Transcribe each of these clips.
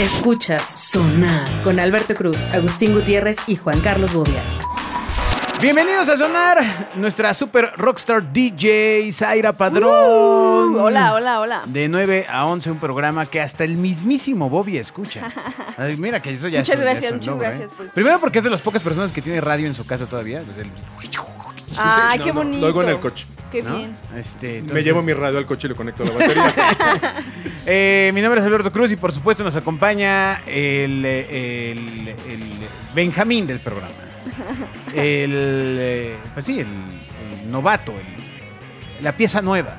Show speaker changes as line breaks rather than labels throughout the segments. Escuchas Sonar con Alberto Cruz, Agustín Gutiérrez y Juan Carlos Bobia.
Bienvenidos a Sonar, nuestra super rockstar DJ Zaira Padrón.
Uh, hola, hola, hola.
De 9 a 11, un programa que hasta el mismísimo Bobby escucha. Ay, mira que eso ya
Muchas
es- ya
gracias,
es un
muchas
logro,
gracias
¿eh?
por escuchar.
Primero porque es de las pocas personas que tiene radio en su casa todavía. desde el-
Ay,
No,
qué
no,
bonito.
Lo oigo en el coche.
Qué
¿no?
bien.
Este,
Me
entonces-
llevo mi radio al coche y lo conecto a la batería.
Eh, mi nombre es Alberto Cruz y por supuesto nos acompaña el, eh, el- el Benjamín del programa. El, eh, pues sí, el, el novato, el- la pieza nueva.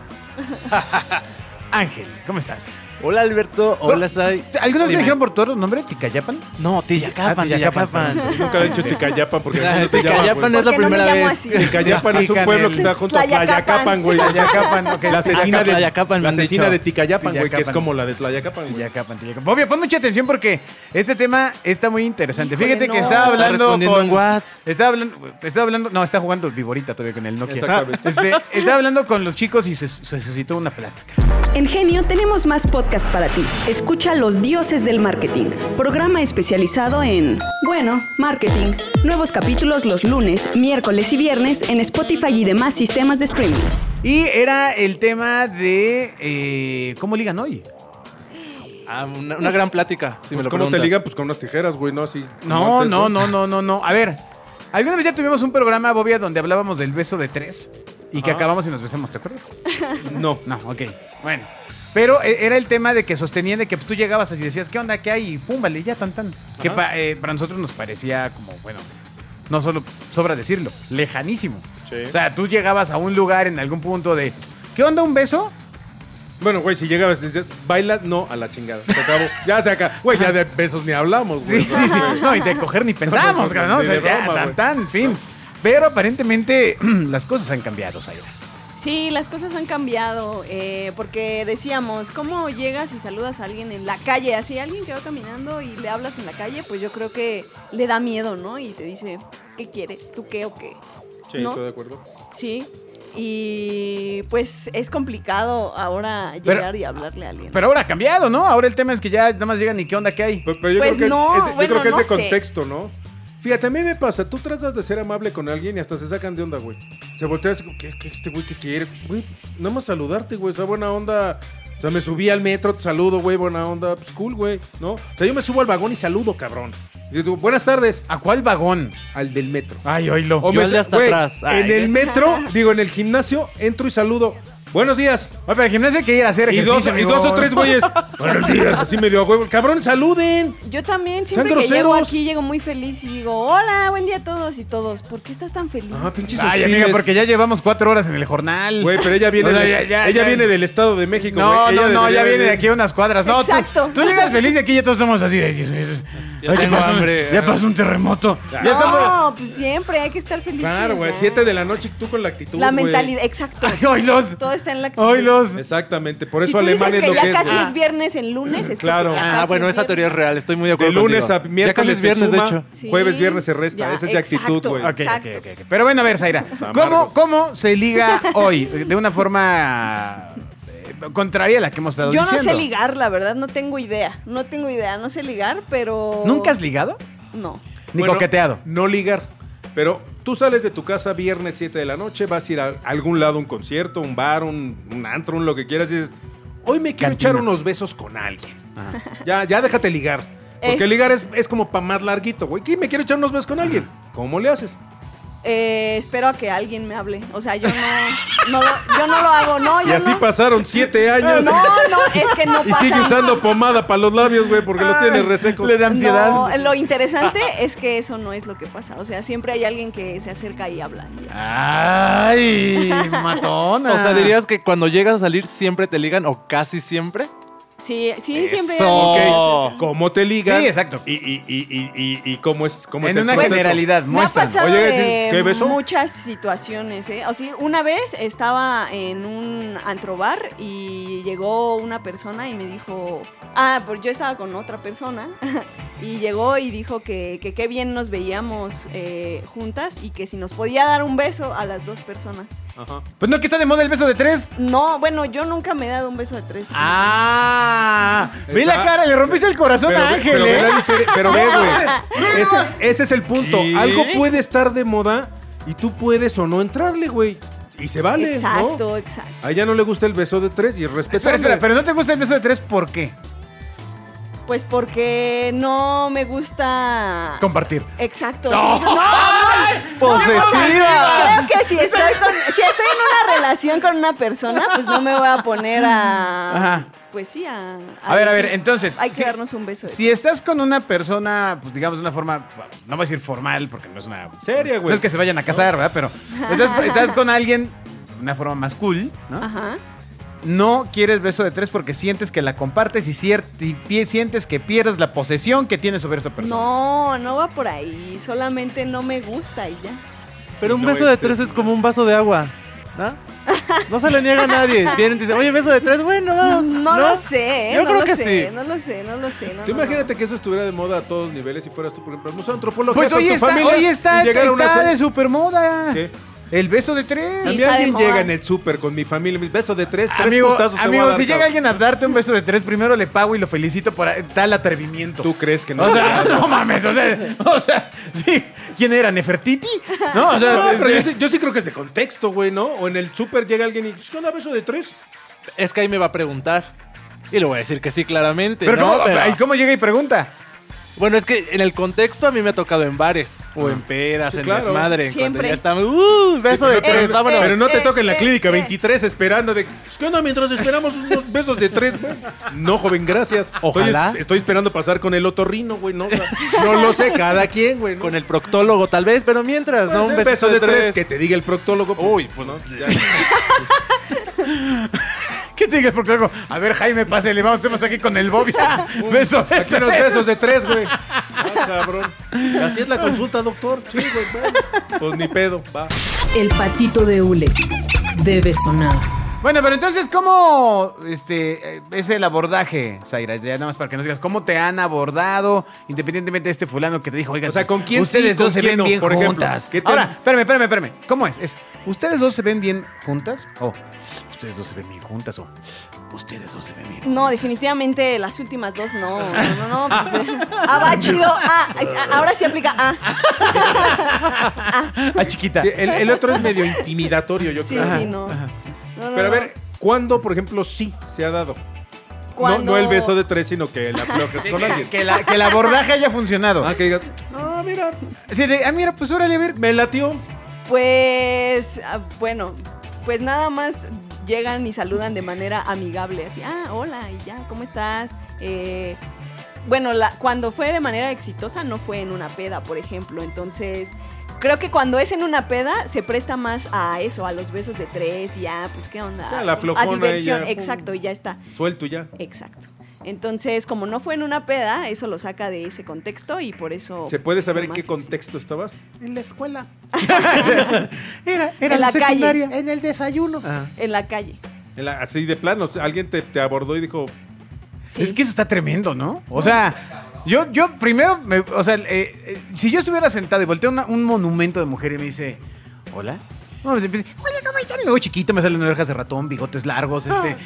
Ángel, ¿cómo estás?
Hola Alberto, hola Sai.
¿Alguna vez te
Dime.
dijeron por tu nombre? ¿Ticayapan?
No,
Ah,
Tillacapan,
Tillacapan,
Tillacapan.
Nunca le he dicho Ticayapan porque así no se llama.
Tillacapan
güey.
Ah, es la
¿Por qué no me
primera
llamo
vez.
así?
Ticayapan es un
Tican,
pueblo
el-
que está junto a
Tlayacapan.
Tlayacapan, güey.
Tlayacapan, ok.
La asesina de,
Tlayacapan, me
la
han
asesina
dicho.
de Ticayapan, güey, que es
Tlayacapan.
como la de Tlayacapan, güey.
Tillacapan, Tillacapan. Obvio, pon mucha atención porque este tema está muy interesante.
Híjole,
Fíjate que
no.
estaba
Está
hablando
respondiendo
con...
en WhatsApp.
Estaba hablando, estaba hablando, no, está jugando Viborita todavía con el Nokia.
Exactamente.
Este, estaba hablando con los chicos y se, se suscitó una plática.
En Genio tenemos más podcast para ti. Escucha Los Dioses del Marketing, programa especializado en, bueno, marketing. Nuevos capítulos los lunes, miércoles y viernes en Spotify y demás sistemas de streaming.
Y era el tema de eh, cómo ligan hoy.
Ah, una, una gran plática, si me
Pues, ¿Cómo
lo preguntas.
te ligan? Pues con unas tijeras, güey, ¿no? Así.
No,
antes,
no, no, no, no, no. A ver, alguna vez ya tuvimos un programa, Bobia, donde hablábamos del beso de tres y que acabamos y nos besamos, ¿te acuerdas?
No.
No, ok. Bueno. Pero eh, era el tema de que sostenían de que pues, tú llegabas así y decías, ¿qué onda? ¿Qué hay? Y pum, vale, ya tan tan. Que pa- eh, para nosotros nos parecía como, bueno, no solo sobra decirlo, lejanísimo.
Sí.
O sea, tú llegabas a un lugar en algún punto de, ¿qué onda? ¿Un beso?
Bueno, güey, si llegabas y dices, bailas, no, a la chingada. Se acabó. Ya se acabó. Güey, ya de besos ni hablamos,
Sí,
güey.
sí, sí. No, y de coger ni pensamos,
No, no,
cabrón, ¿no? O
ni
sea,
Pues, de
ya,
broma,
tan
güey.
tan, fin. Pero aparentemente las cosas han cambiado, Zaira.
Sí, las cosas han cambiado. eh, porque decíamos, ¿cómo llegas y saludas a alguien en la calle? Así, alguien que va caminando y le hablas en la calle, pues yo creo que le da miedo, ¿no? Y te dice, ¿qué quieres? ¿Tú qué o qué?
Sí,
¿No?
estoy de acuerdo.
Sí. Y pues es complicado ahora
Pero-
llegar y hablarle a alguien.
Pero ahora ha cambiado, ¿no? Ahora el tema es que ya nada más llegan y ¿qué onda? ¿Qué hay?
Pero, pero yo
Pues
creo que
no,
es, de- yo
bueno,
creo que
no
es de
sé.
contexto, ¿no? Fíjate, a mí me pasa, tú tratas de ser amable con alguien y hasta se sacan de onda, güey. Se voltean así como, ¿qué, qué este güey que quiere? Güey, nada más saludarte, güey. O sea, buena onda. O sea, me subí al metro, te saludo, güey, buena onda. Pues cool, güey, ¿no? O sea, yo me subo al vagón y saludo, cabrón. Y digo, buenas tardes,
¿A cuál vagón?
al del metro.
Ay, oílo.
O
Ah, yo
me
al
su-
de hasta
güey,
atrás. Ay,
en
qué-
el metro, digo, en el gimnasio, entro y saludo. Buenos días.
Oye, pero el gimnasio hay que ir a hacer
Y
ejercicio,
dos, y
amigo.
dos o tres güeyes. Buenos días. Así medio a huevo. Cabrón, saluden.
Yo también, siempre que
groseros!
llego aquí, llego muy feliz y digo, hola, buen día a todos y todos. ¿Por qué estás tan feliz?
Ah, pinches
Ay, amiga,
hostiles.
porque ya llevamos cuatro horas en el jornal.
Güey, pero ella viene,
O sea,
del,
ya- ya-
ella
ya-
viene del Estado de México.
No,
güey.
no,
Ella
no,
debería
ya viene de aquí
venir-
a unas cuadras. No, tú-
Exacto.
Tú, llegas feliz de aquí y ya todos estamos así de... Dios mío,
Ya
ay,
tengo
pasó-
hambre.
Ya pasó un terremoto.
Ya.
no,
Ya estamos...
pues siempre hay que estar feliz.
Claro, güey. Siete de la noche y tú con la actitud.
La
güey.
mentalidad, exacto.
Ay, oílos.
Todo está en la actitud.
Oílos.
Exactamente. Por eso
si tú
alemán
dices
es
que
lo
ya
que es.
casi
güey.
es viernes en lunes, es
Claro.
porque ya
Ah,
casi
bueno,
es
esa teoría
viernes.
es real, estoy muy de
De
acuerdo
lunes
contigo.
a miércoles
ya
se
viernes, de
suma,
hecho.
Sí.
Jueves, viernes se resta.
Ya,
Esa es la actitud,
exacto.
güey.
Ok, ok,
Exacto.
ok, ok. Pero bueno, a ver, Zaira, ¿cómo,
amargos.
¿cómo se liga hoy de una forma eh, contraria a la que hemos estado
Yo no
diciendo?
sé ligar, la verdad, no tengo idea. No tengo idea, no sé ligar, pero.
¿Nunca has ligado?
No.
Ni
Bueno,
coqueteado.
No ligar. Pero tú sales de tu casa viernes 7 de la noche, vas a ir a algún lado, un concierto, un bar, un, un antro, un lo que quieras, y dices, hoy me quiero
Cantina.
echar unos besos con alguien. Ya, ya déjate ligar. Porque
Es-
ligar es, es como para más larguito, güey. ¿Qué? Me quiero echar unos besos con alguien. ¿Cómo le haces?
Eh, espero a que alguien me hable. O sea, yo no, no lo- yo no lo hago, no, yo
Y así
no.
pasaron 7
No,
años.
no, es que no
y
pasa.
sigue usando pomada para los labios, güey, porque los tiene resecos.
Le da ansiedad.
No, lo interesante es que eso no es lo que pasa. O sea, siempre hay alguien que se acerca y habla.
Ay, matona.
O sea, dirías que cuando llegas a salir siempre te ligan o casi siempre.
Sí, sí, siempre hay
Eso.
alguien que se
Ok.
acerca.
¿Cómo te ligan?
Sí, exacto.
Y, y, y, y, y- y cómo es, cómo es
En
el
una
proceso.
generalidad,
Me ha
muestra.
pasado
Oye,
de
¿qué beso?
muchas situaciones, ¿eh? O sea, una vez estaba en un antrobar y llegó una persona y me dijo, ah, pues yo estaba con otra persona Y llegó y dijo que que qué bien nos veíamos eh, juntas y que si nos podía dar un beso a las dos personas.
Ajá.
Pues no, que está de moda el beso de tres.
No, bueno, yo nunca me he dado un beso de tres.
Ah, ve la
Esa-
cara, le rompiste el corazón
Pero
a
ve-
Ángel,
pero ve
¿eh?
la difere- Pero ve, güey. Ese, ese es el punto.
¿Qué?
Algo puede estar de moda y tú puedes o no entrarle, güey. Y se vale.
exacto,
¿no?
exacto.
A ella no le gusta el beso de tres y es
Espera,
respetable.
espera, pero no te gusta el beso de tres, ¿por qué?
Pues porque no me gusta.
Compartir.
Exacto. sí, No, no, no.
¡Posesiva!
Creo que si estoy, con- si estoy en una relación con una persona, pues no me voy a poner a.
Ajá.
Pues sí, a.
A ver, a ver,
decir,
entonces.
Hay que
si-
darnos un beso. de
Si estás con una persona, pues digamos de una forma, bueno, no voy a decir formal, porque no es una.
Seria, güey.
No es que se vayan a casar, ¿verdad? Pero estás, estás con alguien de una forma más cool, ¿no?
Ajá.
No quieres beso de tres porque sientes que la compartes y, cier- y pie- sientes que pierdes la posesión que tienes sobre esa persona.
No, no va por ahí. Solamente no me gusta y ya.
Pero un
No,
beso de
este-
tres es como un vaso de agua, ¿no? No se le niega a nadie. Vienen y dicen, oye, beso de tres, bueno,
No,
vamos.
lo sé, ¿eh?
Yo
no
creo
lo
que
sé,
sí.
no lo sé, no lo sé. no,
Tú
no, no.
imagínate que eso estuviera de moda a todos niveles y fueras tú, por ejemplo, al Museo de Antropología
Pues
con
hoy
tu
está,
familia
hoy
y
está,
llegar a una
está
sala-
de supermoda.
¿Qué?
El beso de tres.
Si
Sí, está de
alguien
moda.
llega en el súper con mi familia, mis besos de tres, tres
Amigo,
putazos te
amigo,
voy a
si
dar,
llega
cabrón.
alguien a darte un beso de tres, primero le pago y lo felicito por tal atrevimiento.
¿Tú crees que no?
O sea, no mames, o sea, o sea, sí, ¿quién era? ¿Nefertiti? No, o sea,
No, pero yo
este-
sí, yo sí creo que es de contexto, güey, ¿no? O en el súper llega alguien y dice, ¿qué onda, beso de tres?
Es que ahí me va a preguntar. Y le voy a decir que sí, claramente.
pero
¿no?
¿cómo,
Pero-
ay, ¿cómo llega y pregunta?
Bueno, es que en el contexto a mí me ha tocado en bares o en pedas,
Sí,
en
claro.
desmadre. en Cuando
Siempre.
ya estamos, ¡uh! Beso de
Pero- pero-
tres, vámonos.
Pero no te
Eh,
toca en la
eh,
clínica
eh.
23 esperando de, "Pues, ¿qué onda mientras esperamos unos besos de tres, güey? No, joven, gracias.
Ojalá.
Estoy, es- estoy esperando pasar con el otorrino, güey, no. o sea, No lo sé, cada quien, güey. ¿no?
Con el proctólogo tal vez, pero mientras,
Puede
¿no?
ser Pues, beso, de tres. que te diga el proctólogo. pues,
Uy, pues,
¿no?
¿Qué te digas? Porque luego, a ver, Jaime, pásele, vamos, estamos aquí con el Bobby. Ah, beso de
Aquí unos
tres.
besos de tres, güey. Ah, cabrón. Así es la consulta, doctor. Sí, güey, bueno. Pues ni pedo, va.
El patito de hule debe sonar.
Bueno, pero entonces, ¿cómo este, eh, es el abordaje, Zaira? Ya nada más para que nos digas, ¿cómo te han abordado? Independientemente de este fulano que te dijo, oiga,
O sea, ¿con quién
ustedes
sí, con
dos se
quién
ven
no?
bien
Por ejemplo,
juntas.
¿qué tal?
Ahora, espérame, espérame, espérame. ¿Cómo es? ¿Es ustedes dos se ven bien juntas? ¿O ustedes dos se ven bien juntas? ¿O ustedes dos se ven bien
No,
juntas?
definitivamente las últimas dos no. No, no, no. pues, eh. ah, va chido. Ah, ay, ah, ahora sí aplica. Ah,
Ah, chiquita.
Sí, el, el otro es medio intimidatorio, yo
sí,
creo.
sí, no. No, no,
Pero a
no.
ver, ¿cuándo, por ejemplo, sí se ha dado? No,
Cuando-
no el beso de tres, sino que la aflojes con alguien.
que, la- que el abordaje haya funcionado.
Ah, que digas, no, mira,
Sí, de, ah, mira, pues órale, a ver.
me latió.
Pues, ah, bueno, pues nada más llegan y saludan de manera amigable, así, ah, hola, y ya, ¿cómo estás? Eh, bueno, la- cuando fue de manera exitosa no fue en una peda, por ejemplo, entonces... Creo que cuando es en una peda se presta más a eso, a los besos de tres y ya, pues qué onda.
Ya, la
a
flojona
diversión,
ella.
exacto, y ya está.
Suelto y ya.
Exacto. Entonces, como no fue en una peda, eso lo saca de ese contexto y por eso...
¿Se puede
fue
saber en
más
qué
exitoso.
contexto estabas?
En la escuela. era Ah.
era En la la calle. secundaria.
En el desayuno.
En la calle.
En la- así de plano, o sea, alguien te, te abordó y dijo,
Ah,
Sí.
Es que eso está tremendo, ¿no? O sea, yo, yo primero, me- o sea, eh, eh, si yo estuviera sentado y volteo una- un monumento de mujer y me dice, hola. No, me dice, Hola, ¿cómo están? Me voy chiquito, me salen orejas de ratón, bigotes largos, este.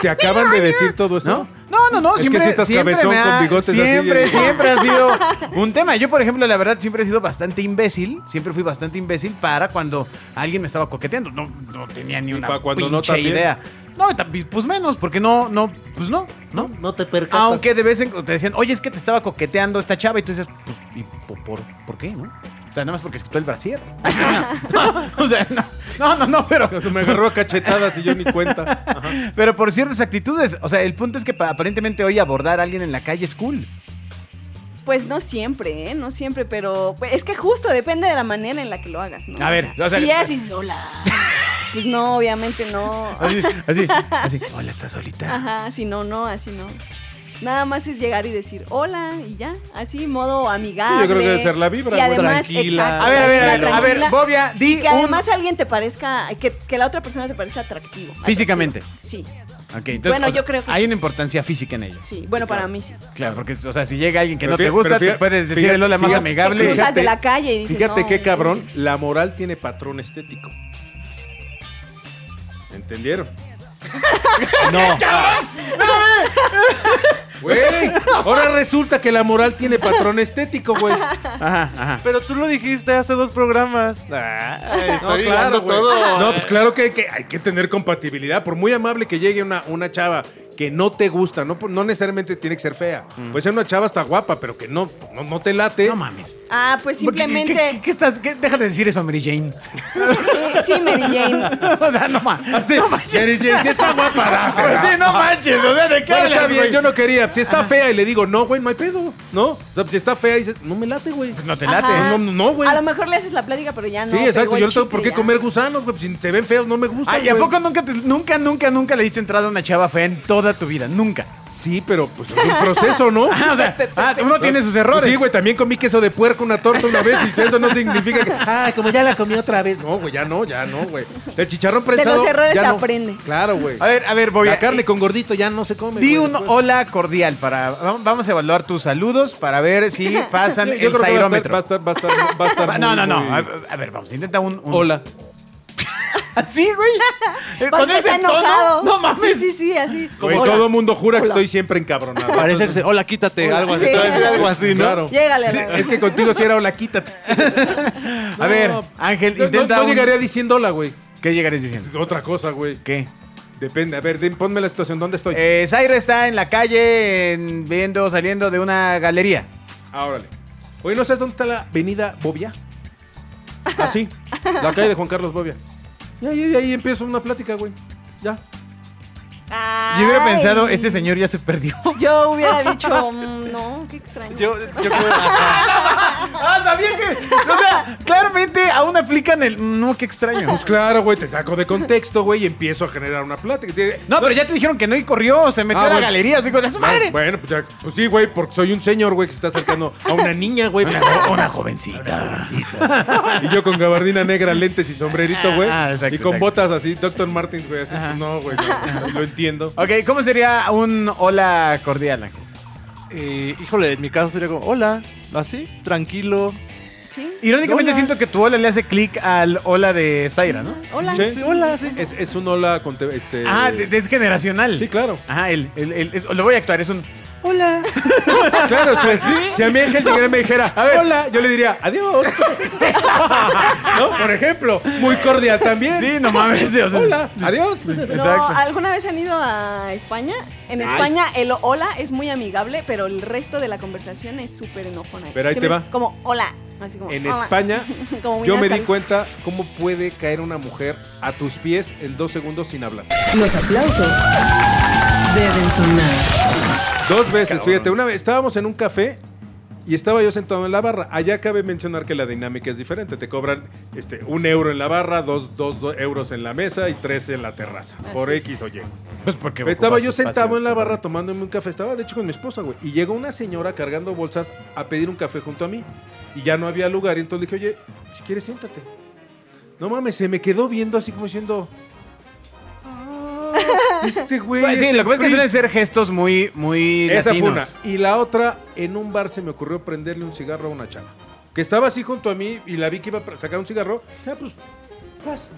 ¿te acaban de decir todo eso?
¿No? No, no, no,
Es que
siempre,
sí estás
siempre
cabezón
me ha,
con bigotes así,
siempre,
¿eh?
siempre ha sido un tema. Yo, por ejemplo, la verdad, siempre he sido bastante imbécil, siempre fui bastante imbécil para cuando alguien me estaba coqueteando. No, no tenía ni una
para cuando no
pinche
también.
idea. No, y tam- pues menos, porque no, no, pues no, no.
No te percatas.
Aunque de vez en cuando te decían, oye, es que te estaba coqueteando esta chava, y tú dices, pues, ¿y po- por, por qué, no? O sea, nada más porque se quitó el brasier. o sea, no, no, no, no, pero...
pues, Me agarró a cachetadas y yo ni cuenta. Ajá.
Pero por ciertas actitudes, o sea, el punto es que pa- aparentemente hoy abordar a alguien en la calle es cool.
Pues no siempre, ¿eh? No siempre, pero pues, es que justo depende de la manera en la que lo hagas, ¿no?
A ver, o sea-
si es y sola. Pues no, obviamente no.
Así, así, así. Hola, ¿estás solita?
Ajá, si no, no, así no. Nada más es llegar y decir hola y ya, así modo amigable.
Sí, yo creo que debe ser la vibra,
Y
¿no?
además,
Tranquila.
exacto,
A ver, a ver, a ver,
tranquila,
a ver,
tranquila.
Bobia, di
Y que
un-
además alguien te parezca, que, que la otra persona te parezca atractivo. atractivo.
Físicamente.
Sí.
Ok, entonces,
Bueno,
o sea,
yo creo que
Hay
sí.
una importancia física en ellas.
Sí, bueno, para mí sí.
Claro, porque, o sea, si llega alguien que
Pero
no te
fíjate-
gusta,
pero
te
fíjate-
puedes decir
fíjate-
el hola más
fíjate-
amigable.
cruzas de la calle y dices,
Fíjate
"No, eh".
qué
no".
cabrón, la moral tiene patrón estético. ¿Entendieron?
No.
Güey, ahora resulta que la moral tiene patrón estético, güey.
Ajá, ajá. Pero tú lo dijiste hace dos programas. Ah,
No,
estoy
claro,
hilando
güey.
todo.
No,
Eh.
pues claro que hay, que hay que tener compatibilidad. Por muy amable que llegue una, una chava que no te gusta, no, no necesariamente tiene que ser fea. Puede ser una chava hasta guapa, pero que no, no, no te late.
Mm. No mames.
Ah, pues simplemente.
¿Qué, qué- qué estás? qué- deja de decir eso, Mary Jane.
Sí, sí, Mary Jane.
o sea, no mames.
Así, Mary Jane, si está guapa, dátela.
Pues sí, no manches. O sea, ¿de qué
Bueno, está
hablas,
bien,
güey?
yo no quería. Si está fea y le digo, no, güey, no hay pedo. No. O sea, si está fea y dices, no me late, güey.
Pues no te
Ajá.
late.
No, no, no, güey.
A lo mejor le haces la plática, pero ya no.
sí,
pegó
exacto.
el
Yo no tengo por
chicle
qué
ya.
comer gusanos, güey. pues si te ven feos, no me gusta.
Ay, ¿a poco nunca, te- nunca, nunca, nunca le diste entrada a una chava fea en toda tu vida? Nunca.
Sí, pero pues es un proceso, ¿no?
Ah, o sea, ah, uno tiene sus
Pues
errores.
Sí, güey, también comí queso de puerco una torta una vez y eso no significa que. Ah, como ya la comí otra vez. No, güey, ya no, ya no, güey. El chicharrón prensado.
los errores
ya
se
no.
aprende.
Claro, güey.
A ver, a ver, voy
la
a- eh,
carne con gordito ya no se come.
Di
güey,
un
después.
hola cordial para. vam- Vamos a evaluar tus saludos para ver si pasan
Yo- yo
oh, el
creo que va a estar-
sairómetro.
Va a estar, va a estar, va a estar
no,
muy,
no, no.
muy-
A, a ver, vamos, intenta un. un-
Hola.
Así, ¿Ah, güey. Eh,
Parece que está
tono,
enojado.
No mames.
Sí, sí, sí, así.
Güey,
Hola.
todo mundo jura que
Hola.
estoy siempre encabronado.
Parece que se. Hola, quítate.
Hola.
Algo así.
Sí.
te va a decir algo así, ¿no?
Claro.
Llégale a la-
Es que contigo si era hola, quítate.
A ver, Ángel,
No,
intenta.
no, no
un-
llegaría diciendo hola, güey.
¿Qué llegarías diciendo?
Otra cosa, güey.
¿Qué?
Depende. A ver, dim- ponme la situación. ¿Dónde estoy?
Eh, Zaira está en la calle en- viendo, saliendo de una galería.
Ah, órale. Oye, ¿no sabes dónde está la avenida Bobia? Ah, sí. La calle de Juan Carlos Bobia. Y ahí, de ahí empiezo una plática, güey. Ya.
Ay.
Yo hubiera pensado, este señor ya se perdió.
Yo hubiera dicho, mm, no, qué extraño.
Yo, yo creo.
Ah, sabía que. O sea, claramente aún aplican el. "Mm, No, qué extraño.
Pues claro, güey, te saco de contexto, güey, y empiezo a generar una plática. Te-
No, pero ya te dijeron que no y corrió, se metió
Ah,
a la
bueno.
galería, así con su madre.
Bueno, pues, ya- pues sí, güey, porque soy un señor, güey, que se está acercando a una niña, güey.
Una jovencita.
y yo con gabardina negra, lentes y sombrerito, güey.
Ah, exacto,
y con
exacto.
botas así, Dr. Martins, güey. Así, no, güey, no, lo entiendo.
Ok, ¿cómo sería un hola cordial, Ángel?
Eh, híjole, en mi caso sería como, hola, así, tranquilo.
Sí.
Irónicamente
Hola.
siento que tu hola le hace clic al hola de Zaira, ¿no?
Hola.
Sí.
Sí, hola, sí.
Es, es un hola con te- este.
Ah, de- de- es generacional.
Sí, claro.
Ajá, el, el- el- es- lo voy a actuar, es un...
Hola.
Claro, o sea, si a mi ángel llegara y me dijera, hola, yo le diría, adiós. ¿No? Por ejemplo, muy cordial también.
Sí, no mames. o sea,
Hola, adiós.
No, ¿alguna vez han ido a España? En España el hola es muy amigable, pero el resto de la conversación es súper enojona.
Pero ahí te
Siempre es
va.
Como hola. Así como,
En
"Hola".
España,
Como muy
yo me di
nasal.
cuenta cómo puede caer una mujer a tus pies en dos segundos sin hablar.
Los aplausos deben sonar.
Dos veces, fíjate, una vez estábamos en un café y estaba yo sentado en la barra. Allá cabe mencionar que la dinámica es diferente. Te cobran este, un euro en la barra, dos, dos, dos euros en la mesa y tres en la terraza. por
Así
X o Y.
Pues porque
Estaba
ocupas
yo
espacio.
sentado en la barra tomándome un café. Estaba, de hecho, con mi esposa, güey. Y llegó una señora cargando bolsas a pedir un café junto a mí. Y ya no había lugar. Y entonces le dije, oye, si quieres, siéntate. No mames, se me quedó viendo así como diciendo... "Ah, Este güey.
Pues sí,
es
lo que pasa es que
el
suelen ser gestos muy, muy
esa fue una.
latinos.
Y la otra, en un bar se me ocurrió prenderle un cigarro a una chava. Que estaba así junto a mí y la vi que iba a sacar un cigarro. Ah, pues, vas.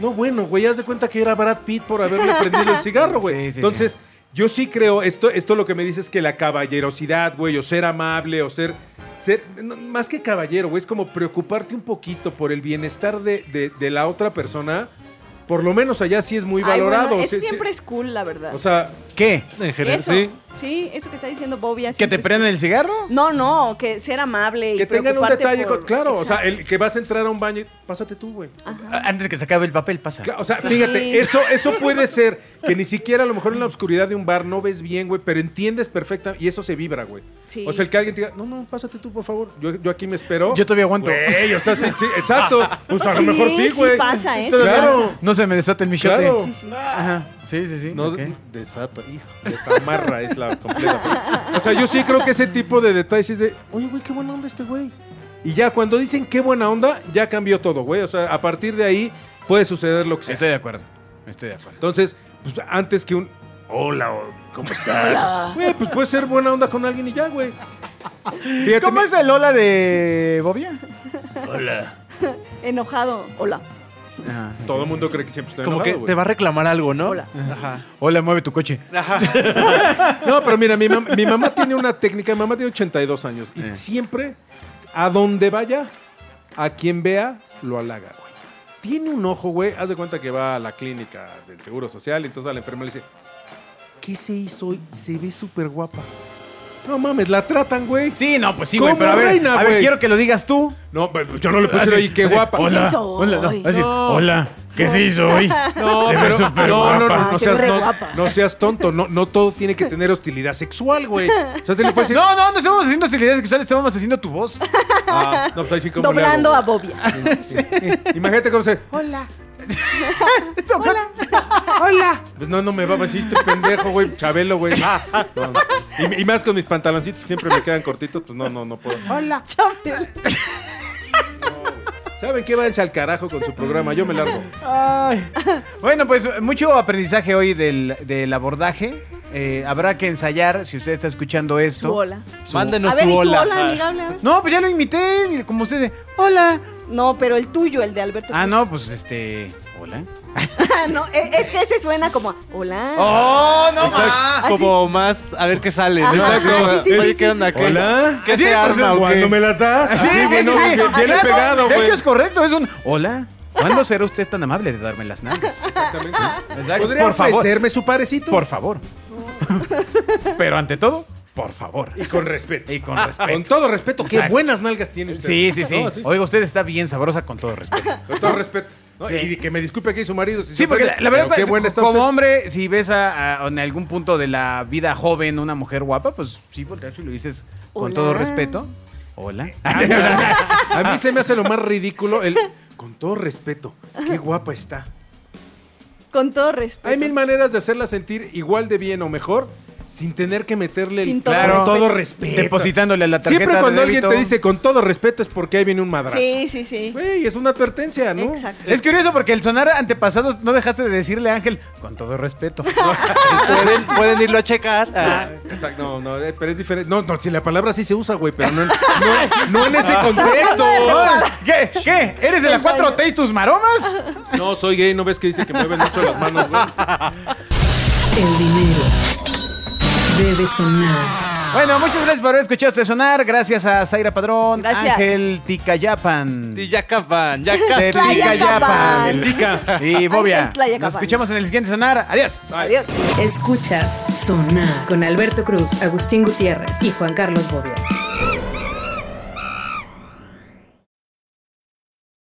No, bueno, güey, haz de cuenta que era Brad Pitt por haberle prendido el cigarro, güey.
Sí, sí,
Entonces, yo sí creo, esto, esto lo que me dices es que la caballerosidad, güey, o ser amable, o ser. ser no, más que caballero, güey, es como preocuparte un poquito por el bienestar de, de- de la otra persona. Por lo menos allá sí es muy
Ay,
valorado.
bueno, eso
Sí, sí.
siempre es cool, la verdad.
O sea,
¿Qué?
En general,
eso,
sí.
sí. eso que está diciendo Bobby.
¿Que te
prende
prenden el cigarro?
No, no, que ser amable y
Que tengan un
preocuparte
detalle,
por-
con- claro, o sea,
Exacto.
el que vas a entrar a un baño, y- pásate tú, güey.
Ah, Antes de que se acabe el papel, pasa.
Claro, o sea,
Sí.
fíjate, eso, eso puede ser que ni siquiera a lo mejor en la oscuridad de un bar no ves bien, güey, pero entiendes perfecta y eso se vibra, güey.
Sí.
O sea, el que alguien te diga, no, no, pásate tú, por favor, yo, yo aquí me espero.
Yo todavía aguanto.
Güey, o sea, sí, sí, exacto. Pues a
Sí,
lo mejor sí,
sí
güey.
pasa, ¿eh? Sí
Claro.
No se me desata el michote.
Claro.
Sí, sí.
Ajá. Ah, Sí, sí, sí.
No,
ok.
desata, hijo, desamarra es la completa. O sea, yo sí creo que ese tipo de detalles es de, oye, güey, qué buena onda este güey. Y ya cuando dicen qué buena onda, ya cambió todo, güey. O sea, a partir de ahí puede suceder lo que sea.
Estoy de acuerdo. Estoy de acuerdo.
Entonces, pues, antes que un
Hola, o- ¿cómo estás?
Güey, pues puedes ser buena onda con alguien y ya, güey. Fíjate,
¿Cómo
mi-
es el Lola de Bobia?
Hola.
Enojado. Hola.
Ajá.
Todo el mundo cree que siempre está
Como que
enojado,
te
güey.
va a reclamar algo, ¿no? Ajá.
Hola, mueve tu coche.
No, pero mira, mi, mam- mi mamá tiene una técnica. Mi mamá tiene 82 años.
Eh.
Y siempre, a donde vaya, a quien vea, lo halaga, güey. Tiene un ojo, güey. Haz de cuenta que va a la clínica del Seguro Social. Y entonces a la enferma le dice, ¿qué se hizo hoy? Se ve súper guapa. No mames, la tratan, güey.
Sí, no, pues sí, güey,
Como
pero a ver,
reina,
a ver,
güey.
quiero que lo digas tú.
No, pero yo no le puse
Así,
ahí, qué
así,
guapa.
Hola,
hizo
hola, no,
hoy?
así,
No.
hola, ¿qué se hizo hoy?
No,
se ve
pero-
súper
no, no, no,
guapa.
no,
Ah, se ve
seas,
re
no-
guapa.
no seas tonto. No, no todo tiene que tener hostilidad sexual, güey. O sea, se le puede decir,
No, no, no estamos haciendo hostilidades sexuales, estamos haciendo tu voz.
Ah, no, pues ahí sí, ¿cómo le hago,
Doblando
güey?
a Bobia.
Imagínate cómo se.
Hola.
¡Hola! Pues no, no me va, hiciste pendejo, güey. Chabelo, güey.
Ah.
No, no. Y, y más con mis pantaloncitos que siempre me quedan cortitos, pues no, no, no puedo.
Hola.
¿Saben qué? Váyanse al carajo con su programa. Yo me largo.
Ay. Bueno, pues mucho aprendizaje hoy del, del abordaje. Eh, habrá que ensayar, si usted está escuchando esto.
Su hola.
Mándenos
a ver,
su
¿y tu
hola.
hola,
Ah.
amigable? A ver.
No, pues ya lo imité, y como usted dice, hola.
No, pero el tuyo, el de Alberto.
Ah,
Cruz.
no, pues este, hola.
no, e- es que ese suena como hola.
¡Oh, no
Exacto, como más a ver qué sale. ¿no?
Ah, Ajá,
Ah,
Exacto.
sí, sí,
Oye,
sí,
¿qué
sí,
onda?
sí.
¿Qué,
Hola.
¿Qué
Así
se
es, pues,
arma o
Cuando
qué?
me las das.
Sí,
así,
Ah, sí,
bueno,
sí.
bien- bien
Exacto.
pegado,
De
güey.
hecho es correcto, es un hola. ¿Cuándo será usted tan amable de darme las nalgas?
Exactamente.
Exacto.
¿Podría
Por favor.
ofrecerme su parecito?
Por favor. Pero ante todo, por favor. Y con respeto. Y con
Ah, Con
respeto.
todo respeto, qué
Exacto.
buenas nalgas tiene usted.
Sí, sí, sí.
No, así.
Oiga, usted está bien sabrosa con todo respeto.
Con todo respeto. ¿no?
Sí.
Y que me disculpe aquí su marido. si se
Sí, porque la,
ofende,
la verdad,
pero qué
es-
buena está
como
usted.
hombre, si ves a, a- en algún punto de la vida joven una mujer guapa, pues sí, volteas y lo dices con
Hola.
todo respeto. Hola.
Ah, A mí se me hace lo más ridículo el. Con todo respeto, qué guapa está.
Con todo respeto.
Hay mil maneras de hacerla sentir igual de bien o mejor sin tener que meterle
Sin
el
todo
claro,
respeto.
todo respeto.
Depositándole la tarjeta
Siempre
de
cuando alguien
débito.
te dice con todo respeto es porque ahí viene un madrazo.
Sí, sí, sí.
Güey, es una advertencia, ¿no?
Exacto.
Es curioso porque el sonar antepasado no dejaste de decirle a Ángel, con todo respeto.
¿Pueden, pueden irlo a checar. Ah.
Ah, Exacto, no, no, eh, pero es diferente. No, no, si la palabra sí se usa, güey, pero no, en- no, no en ese contexto.
¿Qué? ¿Qué? ¿Eres de la 4T y tus maromas?
No, soy gay, ¿no ves que dice que mueven mucho las manos, güey?
El dinero debe sonar.
Bueno, muchas gracias por haber escuchado este sonar. Gracias a Zaira Padrón,
Gracias.
Ángel Ticayapan.
Sí, ya capan, ya
de
casi.
Ticayapan.
Tlayacapan.
Y Bobia.
Ángel Tlayacapan.
Nos escuchamos en el siguiente sonar. Adiós.
Adiós.
Escuchas Sonar con Alberto Cruz, Agustín Gutiérrez y Juan Carlos Bobia.